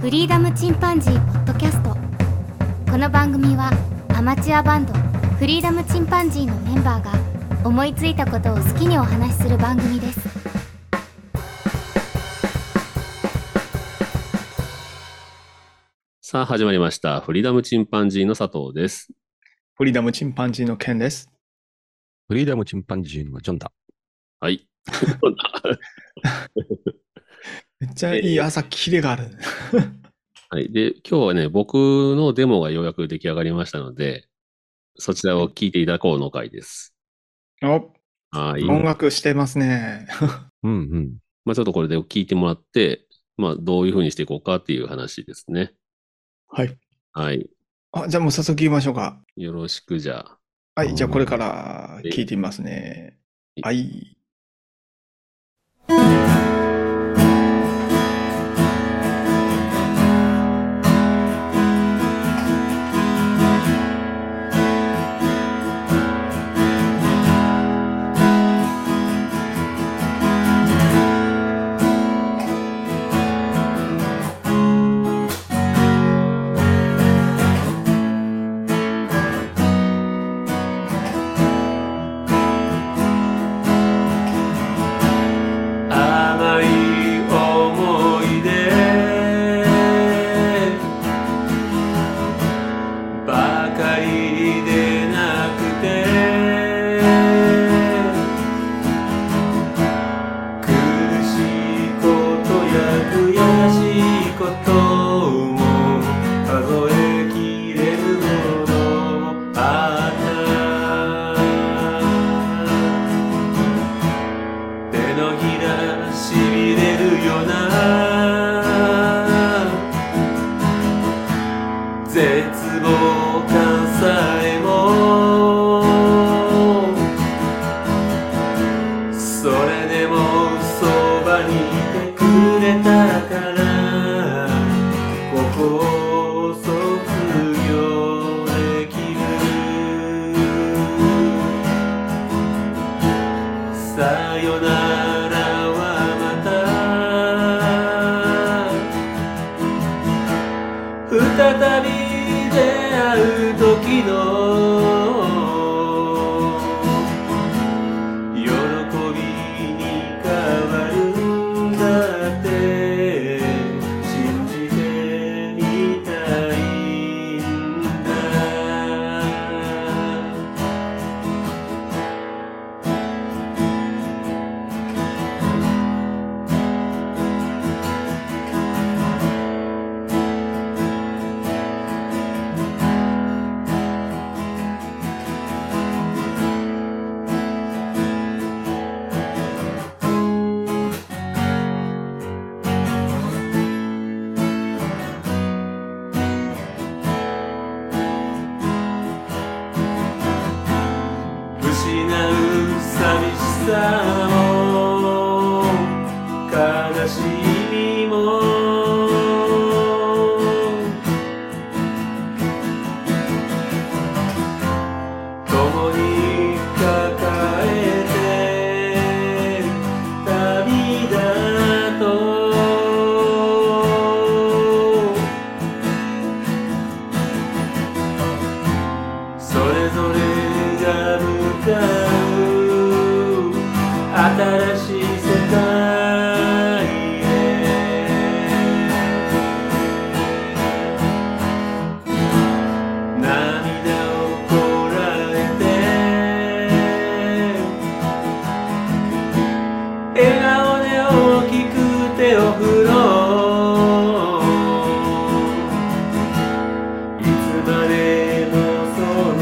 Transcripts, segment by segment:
フリーダムチンパンジー」ポッドキャストこの番組はアマチュアバンドフリーダムチンパンジーのメンバーが思いついたことを好きにお話しする番組ですさあ始まりました。フリーダムチンパンジーの佐藤です。フリーダムチンパンジーの件です。フリーダムチンパンジーのジョンだ。はい。めっちゃいい朝、キレがある。はい。で、今日はね、僕のデモがようやく出来上がりましたので、そちらを聞いていただこうの回です。お、はい。音楽してますね。うんうん。まあちょっとこれで聞いてもらって、まあどういうふうにしていこうかっていう話ですね。はい。はい。あ、じゃあもう早速言いましょうか。よろしくじゃあ。はうい、んじゃあこれから聞いてみますね。ははい。甘い思い出ばかりでなくて苦しいことや悔しいことも数えきれるほどあった手のひらしびれるよな絶望感さえもそれでもそばにいてくれたからここを卒業できるさよならはまた再び出会う時の喜びに変わるんだって信じてみたいんだ失う寂しさも悲しみも共に抱えて旅だとそれぞれが向かう新しい世界へ涙をこらえて笑顔で大きく手を振ろういつまでもその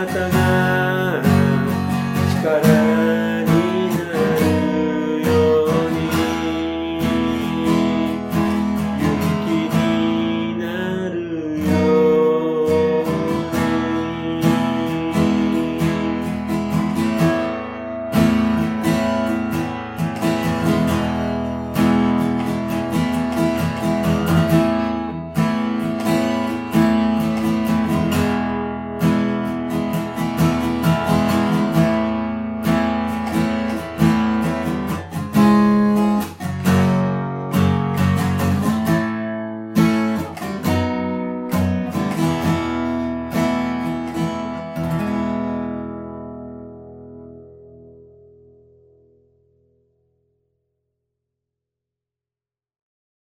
姿が力になる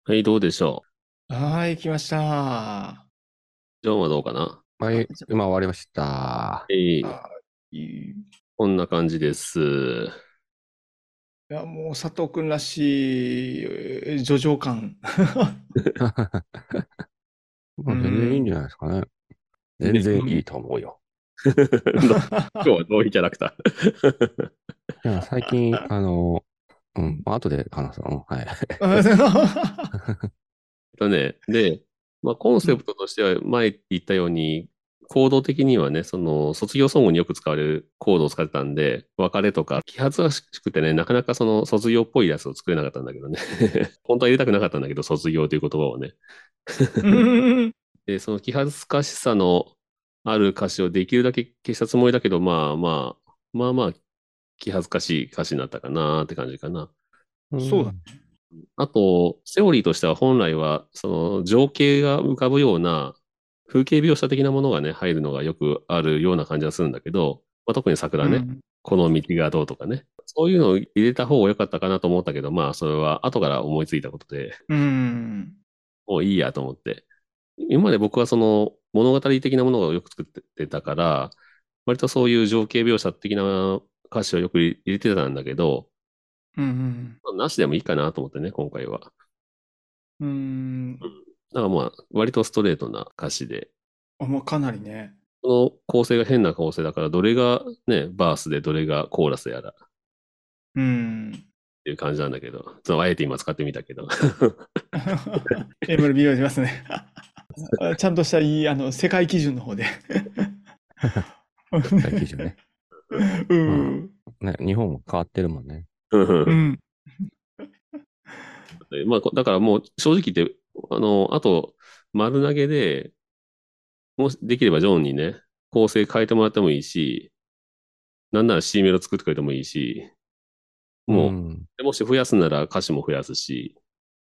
はい、どうでしょはい、来ました。う。ジョンはどうかなはい、今終わりました。えーいいこんな感じです。いや、もう佐藤くんらしい、えー叙情感。まあ全然いいんじゃないですかね。全然いいと思うよ。今日はどういうキャラクターいや最近、あの、うん、まあ後で話そう。うんはい。えっとね、で、まあ、コンセプトとしては、前言ったように、行動的にはね、その、卒業ソングによく使われるコードを使ってたんで、別れとか、気恥ずかしくてね、なかなかその、卒業っぽいやつを作れなかったんだけどね。 本当は入れたくなかったんだけど、卒業という言葉をね。うんで、その気恥ずかしさのある歌詞をできるだけ消したつもりだけど、まあまあ、まあまあ、気恥ずかしい歌詞になったかなって感じかな。そうだね。あと、セオリーとしては本来は、その情景が浮かぶような風景描写的なものがね、入るのがよくあるような感じがするんだけど、まあ、特に桜ね、うんこの道がどうとかね、そういうのを入れた方が良かったかなと思ったけど、まあ、それは後から思いついたことで、うん。もういいやと思って。今まで僕はその物語的なものをよく作ってたから、割とそういう情景描写的な歌詞をよく入れてたんだけど、うん。まあなしでもいいかなと思ってね、今回は。うん。だからまあ、割とストレートな歌詞で、あ、もうかなりね。この構成が変な構成だから、どれがね、バースでどれがコーラスやらっうん。ていう感じなんだけど、そのあえて今使ってみたけど。エムルビデオしますね。あちゃんとしたいい、あの、世界基準の方で。最近じゃね。うん。ね、日本も変わってるもんね。うん。 まあ、こだからもう正直言って、あの、あと、丸投げで、もしできればジョンにね、構成変えてもらってもいいし、なんなら C メロ作ってくれてもいいし、もう、んでもし増やすなら歌詞も増やすし、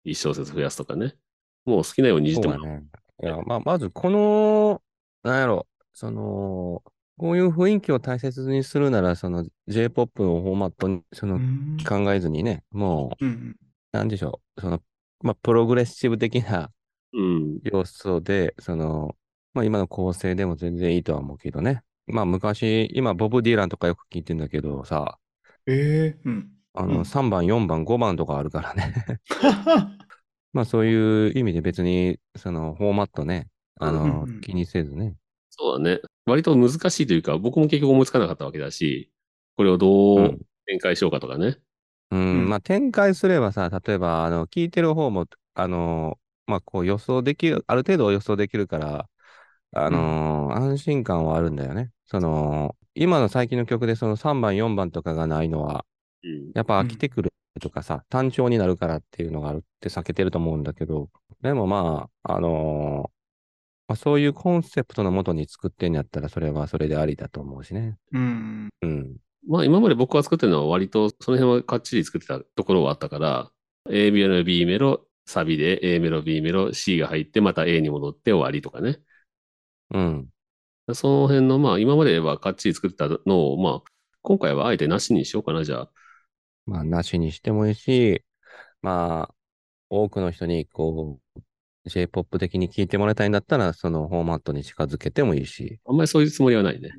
一小節増やすとかね、もう好きなようにいじそっうてもだらう。ね。いや、まあ、まず、この、なんやろ、その、こういう雰囲気を大切にするなら、その J-POP をフォーマットに、その、考えずにね、もう、うん。なんでしょう、その、まあ、プログレッシブ的なうん。要素で、その、まあ、今の構成でも全然いいとは思うけどね。まあ、昔、今、ボブ・ディランとかよく聞いてんだけどさ、ええうん。あうんの、3番、4番、5番とかあるか らね。まあ、そういう意味で別に、その、フォーマットね、あうんうのんうん、気にせずね。そうだね。割と難しいというか、僕も結局思いつかなかったわけだし、これをどううん展開しようかとかね。うん、うんまあ展開すればさ、例えば、あの、聞いてる方も、あの、まあこう予想できる、ある程度予想できるから、あのー安心感はあるんだよね。その、今の最近の曲でその3番、4番とかがないのは、うん。やっぱ飽きてくるとかさ、単調になるからっていうのがあるって避けてると思うんだけど、でもまあ、あのーまあ、そういうコンセプトのもとに作ってんやったら、それはそれでありだと思うしね。うん。うん。まあ今まで僕が作ってるのは割とその辺はかっちり作ってたところはあったから、A メロ、B メロ、サビで A メロ、B メロ、C が入ってまた A に戻って終わりとかね。うん。その辺のまあ今まではかっちり作ってたのを、まあ今回はあえてなしにしようかな、じゃあ。まあ、なしにしてもいいし、まあ、多くの人に、こう、J-POP 的に聞いてもらいたいんだったら、そのフォーマットに近づけてもいいし、あんまりそういうつもりはないね。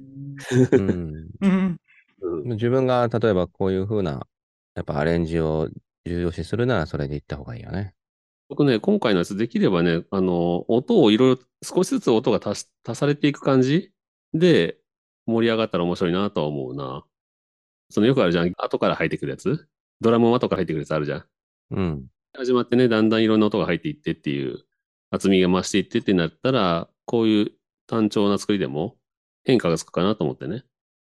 うん、うん。うん。自分が例えばこういう風な、やっぱアレンジを重要視するなら、それでいった方がいいよね。僕ね、今回のやつできればね、あの、音をいろいろ少しずつ音が足し足されていく感じで盛り上がったら面白いなとは思うな。そのよくあるじゃん。後から入ってくるやつドラムも後から入ってくるやつあるじゃん。うん。始まってね、だんだんいろんな音が入っていってっていう、厚みが増していってってなったら、こういう単調な作りでも変化がつくかなと思ってね。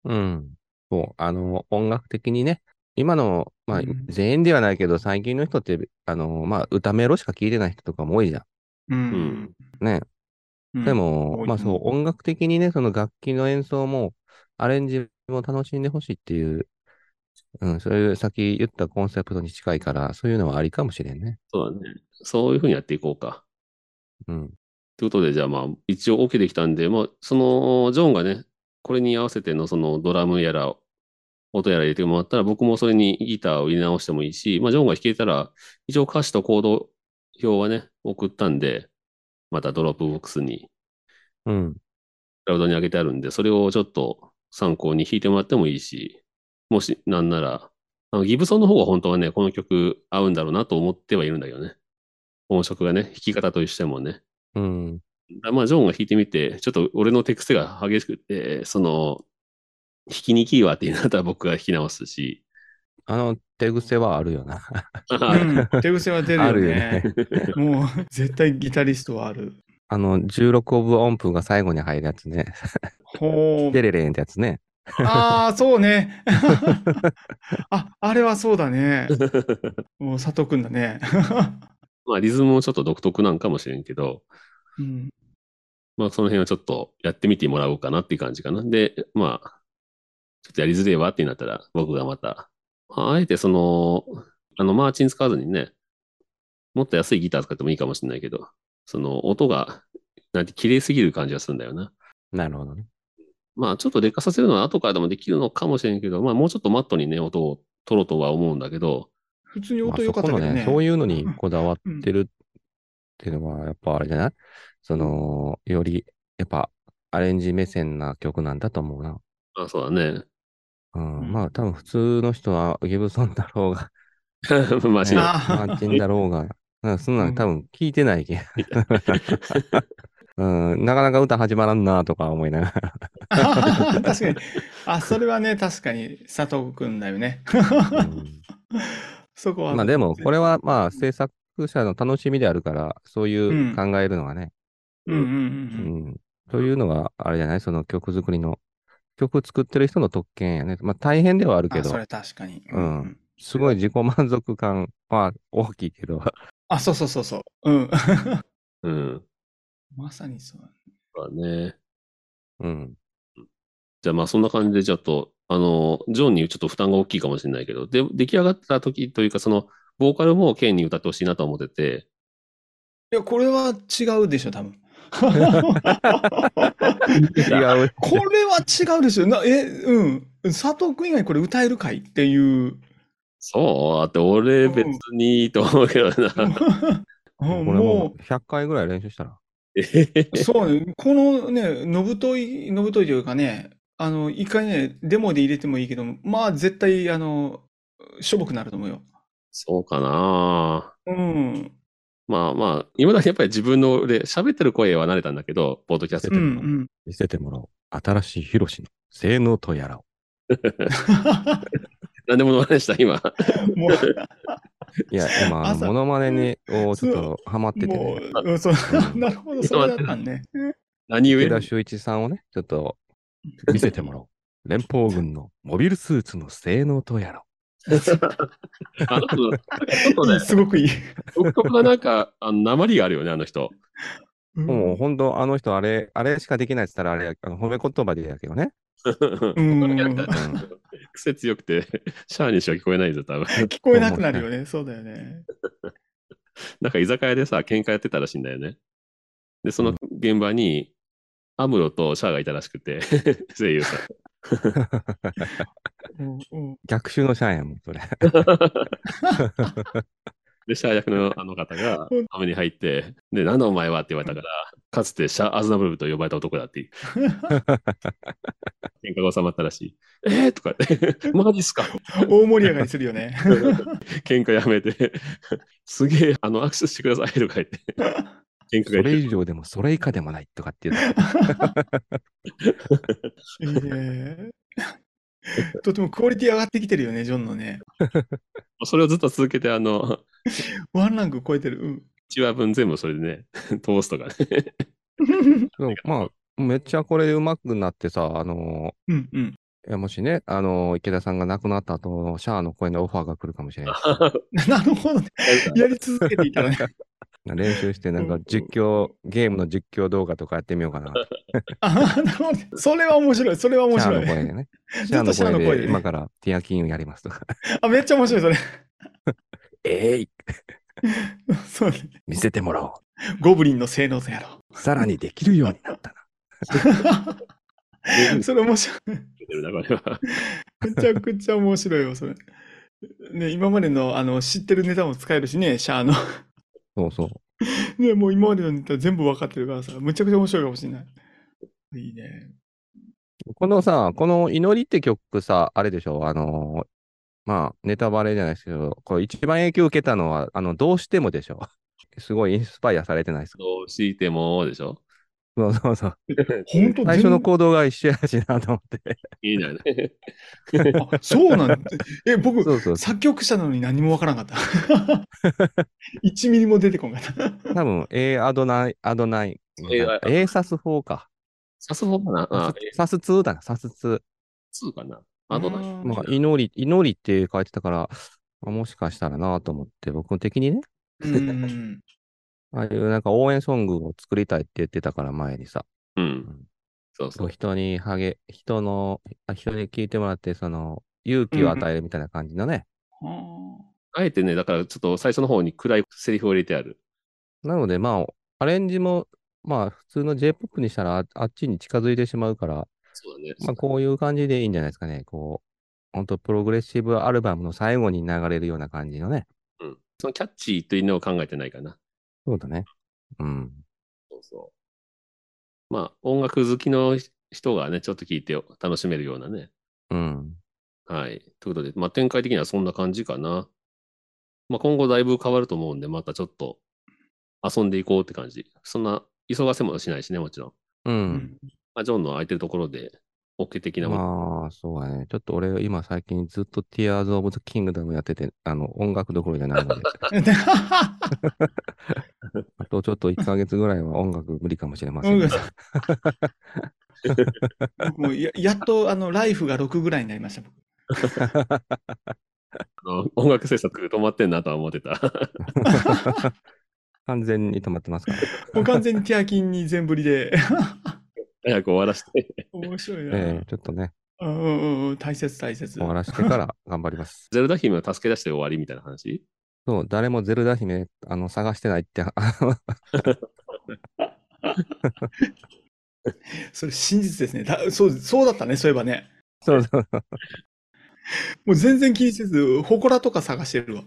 うん。そう、あの、音楽的にね、今の、まあうん、全員ではないけど、最近の人って、あの、まあ、歌メロしか聞いてない人とかも多いじゃうん。ん。ね。うんで、も多、いまあとそう、思う音楽的にね、その楽器の演奏も、アレンジも楽しんでほしいっていう、うん、そういうさっき言ったコンセプトに近いから、そういうのはありかもしれんね。そうだね。そういうふうにやっていこうか。うん。ということで、じゃあまあ、一応 OK できたんで、まあ、その、ジョンがね、これに合わせてのそのドラムやら、音やら入れてもらったら、僕もそれにギターを入れ直してもいいし、まあ、ジョンが弾けたら、一応歌詞とコード表はね、送ったんで、またドロップボックスに、うん。クラウドに上げてあるんで、それをちょっと参考に弾いてもらってもいいし、もしなんなら、あのギブソンの方が本当はね、この曲合うんだろうなと思ってはいるんだけどね。音色がね、弾き方としてもね。うん。だまあ、ジョンが弾いてみて、ちょっと俺の手癖が激しくて、その、弾きにくいわっていうなったら僕が弾き直すし、あの手癖はあるよな。 うん、手癖は出るあよるよねね。もう、絶対ギタリストはある。あの、16オブ音符が最後に入るやつね。ほうデ。レレンってやつね。ああ、そうね。あ、あれはそうだね。もう佐藤くんだね。 まあ、リズムもちょっと独特なんかもしれんけど、うん、まあ、その辺はちょっとやってみてもらおうかなっていう感じかな。で、まあ、ちょっとやりづれえわってなったら、僕がまた、まああえてその、あの、マーチン使わずにね、もっと安いギター使ってもいいかもしれないけど、その音が、なんて綺麗すぎる感じがするんだよな。なるほどね。まあ、ちょっと劣化させるのは後からでもできるのかもしれんけど、まあ、もうちょっとマットにね、音を取ろうとは思うんだけど、普通にまあ音良かったけそどこのね。そういうのにこだわってるっていうのは、やっぱあれじゃないその、より、やっぱアレンジ目線な曲なんだと思うな。まあ、そうだね。 うん。うんまあ、多分普通の人はギブソンだろうが、マジねで。あマーチンだろうが、なんかそんなうんん多分聞いてないけん。 うん、なかなか歌始まらんなとか思いながら。 確かに。あ、それはね、確かに佐藤くんだよね。 うんそこは。まあでも、これはまあ制作者の楽しみであるから、そういう考えるのはね、うんうんううんん。というのは、あれじゃないその曲作りの、曲作ってる人の特権やね。まあ大変ではあるうん。けあ、どそ、れ確かに。うんすごい自己満足感は大きいけど、あ、そうそうそうそう。うん。 うん。まさにそう。そうだね。うん。じゃあまあそんな感じでちょっと、あの、ジョンにちょっと負担が大きいかもしれないけど、で、出来上がった時というか、その、ボーカルもケンに歌ってほしいなと思ってて、いや、これは違うでしょ、多分。 こ違う。れは違うでしょ。なえ、うん。佐藤くん以外これ歌えるかいっていう。そうだって俺別にいいと思うけどう な。これんももう100回ぐらい練習したら。う、そうね。このね、のぶとい、のぶといというかね、あの、一回ね、デモで入れてもいいけど、まあ、絶対、あの、しょぼくなると思うよ。そうかな。うん。まあまあ、今だにやっぱり自分の俺、喋ってる声は慣れたんだけど、ポッドキャストうとんうかもん。見せてもらおう。新しいヒロシの性能と やらを。何でものまねした、今。 もう、いや、今、あの朝モノマネに、をちょっとハマってて、もね、ううん、そう、なるほど、それだったんね。何池故田修一さんをね、ちょっと見せてもらおう。 連邦軍のモビルスーツの性能とやらを。あの人ちょっとね、すごくいい。独特ななんか、あの、鉛があるよね、あの人。うんもう本当、あの人、あれ、あれしかできないって言ったら、あれや、あの褒め言葉でやけどね。うんうん癖強くて、シャーにしか聞こえないぞ、多 分。聞こえなくなるよね。そうだよね。なんか居酒屋でさ、喧嘩やってたらしいんだよね。で、その現場に、アムロとシャアがいたらしくて、 声優さん。うんうん逆襲のシャンやもん、それ。で、シャア役のあの方が、アメに入って、で、なんだお前はって言われたから、かつてシャア・アズナブルと呼ばれた男だ って、喧嘩が収まったらしい。えー、とかって、 マジっすか大盛り上がりするよね。 喧嘩やめて、 すげえ、あの、握手してくださいとか言 って、喧そ嘩がれい以上でも、それ以下でもないとかっていう。 いいね。 とてもクオリティ上がってきてるよね、ジョンのね。それをずっと続けて、あの、ワンランク超えて る。 1話分全部それでね、 通すとかね。うん。そうまあ、めっちゃこれ上手くなってさ、あのうんうん。いやもしね、あの池田さんが亡くなった後、シャアの声のオファーが来るかもしれないし。なるほどね。やり続けていたら ね。練習して、なんうかん実況、ゲームの実況動画とかやってみようかな。ああ、なるほどね。それは面白い。それは面シャア白のい。声でね。シずっとシャャアアのの声声ででね今からティアキーンをやりますとか。あ、めっちゃ面白い、それ。えい、そうね。見せてもらおう。ゴブリンの性能とやろさらにできるようになったな。う。それ面白い。てるな、これは。めちゃくちゃ面白いよ、それ。ね、今までの、あの、知ってるネタも使えるしね、シャアの。そうそう。ね、もう今までのネタ全部分かってるからさ、むちゃくちゃ面白いかもしれない。いいね。このさ、この祈りって曲さ、あれでしょ、あのーまあ、ネタバレじゃないですけど、これ一番影響受けたのは、あの、どうしてもでしょ。すごいインスパイアされてないですか。どうしてもでしょそうそうそう。本当最初の行動が一緒やしなと思って。いいんだよね。あ、そうなんだ。え、僕、そうそう作曲者なのに何もわからなかった。1ミリ も出てこなかった。多分、A アドナイ、アドナイ。 A- A サス4か。さすがかなあ、サス2だな、サス2。 2かなあどうなんなんか祈り、祈りって書いてたから、あもしかしたらなと思って、僕的にね、うん。ああいうなんか応援ソングを作りたいって言ってたから前にさ、うん。そうすそごうい。人にハゲ、人の、あ人に聞いてもらって、その、勇気を与えるみたいな感じのね。ああえてね、だからちょっと最初の方に暗いセリフを入れてある。なので、まあ、アレンジも、まあ、普通の J-POP にしたらあ、あっちに近づいてしまうから、そうだね。まあ、こういう感じでいいんじゃないですかね。こう、ほんと、プログレッシブアルバムの最後に流れるような感じのね。うん。そのキャッチーというのを考えてないかな。そうだね。うん。そうそう。まあ、音楽好きの人がね、ちょっと聞いて楽しめるようなね。うん。はい。ということで、まあ、展開的にはそんな感じかな。まあ、今後だいぶ変わると思うんで、またちょっと遊んでいこうって感じ。そんな、急がせもしないしね、もちろん。う。あ。うんん。まあ、ジョンの空いてるところで、OK 的なもの。まあ、そうだね。ちょっと俺、今最近ずっと Tears of the Kingdom やってて、あの、音楽どころじゃないので、あと ちょっと1ヶ月ぐらいは音楽無理かもしれませんね。僕もややっと、あの、ライフが6ぐらいになりました、僕。あの音楽制作止まってんなとは思ってた。 完全に止まってますから。もう完全にティアキンに全振りで。早く終わらせて。面白いな。ええちょっとね、うんうんうん、大切大切。終わらしてから頑張ります。ゼルダ姫を助け出して終わりみたいな話そう、誰もゼルダ姫、あの、探してないって、あのそれ真実ですねだそう。そうだったね、そういえばね。そうそう。もう全然気にせず、祠とか探して るわ。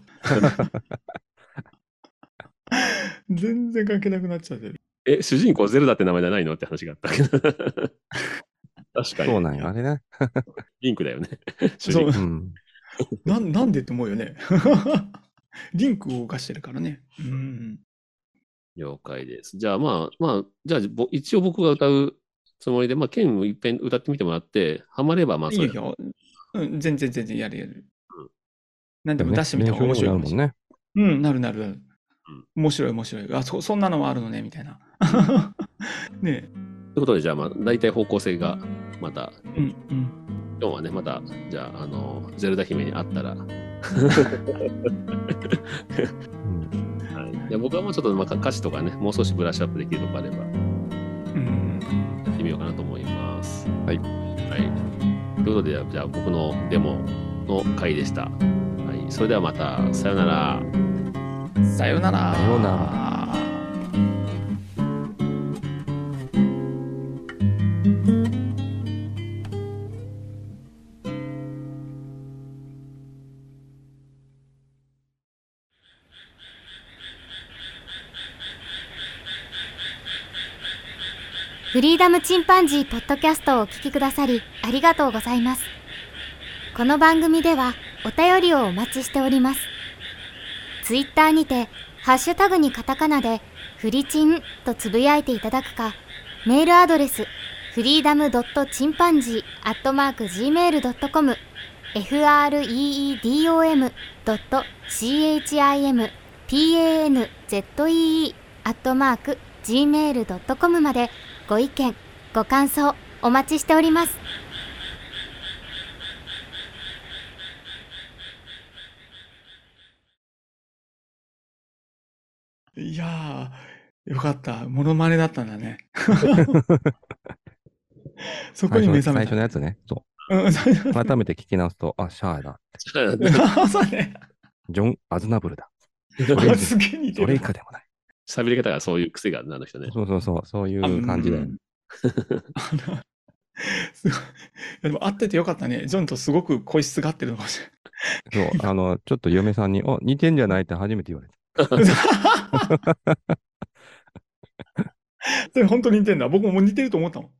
全然関係なくなっちゃってる。え、主人公ゼルダって名前じゃないのって話があったけど。 確かそうに。なんよ、あれね。リンクだよね。主そ人う公。うん。なんなんでって思うよね。 リンクを動かしてるからね。うん。了解です。じゃあまあ、まあ、じゃあぼ一応僕が歌うつもりで、まあ、ケンもいっぺん歌ってみてもらって、ハマればまあいそれいよ。うん、全然全然やるやるうん。何でも出してみた方が面白いかも練習しにれなない。うるん、なるなるなうるん。面白い面白い。あ、そ、そんなのもあるのね、みたいな。 ねということで、じゃあまあ、大体方向性がまた、え。うん、うん。今日はね、また、じゃあ、あの、ゼルダ姫に会ったら、はもんね。うん。い、で僕はもうちょっとまあ歌詞とかね、もう少しブラッシュアップできるとこあれば、うんやってみようかなと思います。はいはい。ということで、じゃあ僕のデモの回でした。はい。それではまた、さようなら。 さよなら。さよなら。フリーダムチンパンジーポッドキャストをお聞きくださりありがとうございます。この番組ではお便りをお待ちしております。ツイッターにて、ハッシュタグにカタカナで、フリチンとつぶやいていただくか、メールアドレス、フリーダムドットチンパンジーアットマーク Gmail.com、freedom ドット chimpanzee アットマーク gmail.com までご意見、ご感想お待ちしております。いやー、よかった。モノマネだったんだ ね。そこ最に目初覚め最初た。のやつね。そうん最う。初改めて聞き直すと、あ、シャアだ。のそうね。ジョン・アズナブルだ。あすげえ似てそれ以る。下でも ない。喋り方がそういう癖があるな、あの人ね。そうそうそう、そういう感じだよね。あのすごいいやでも会っててよかったね。ジョンとすごく声質が合って るのかもしそう、あの、ちょっと嫁さんに、お、似てんじゃないって初めて言われた。れない。それ本当に似てんだ。僕ももう似てると思ったもん。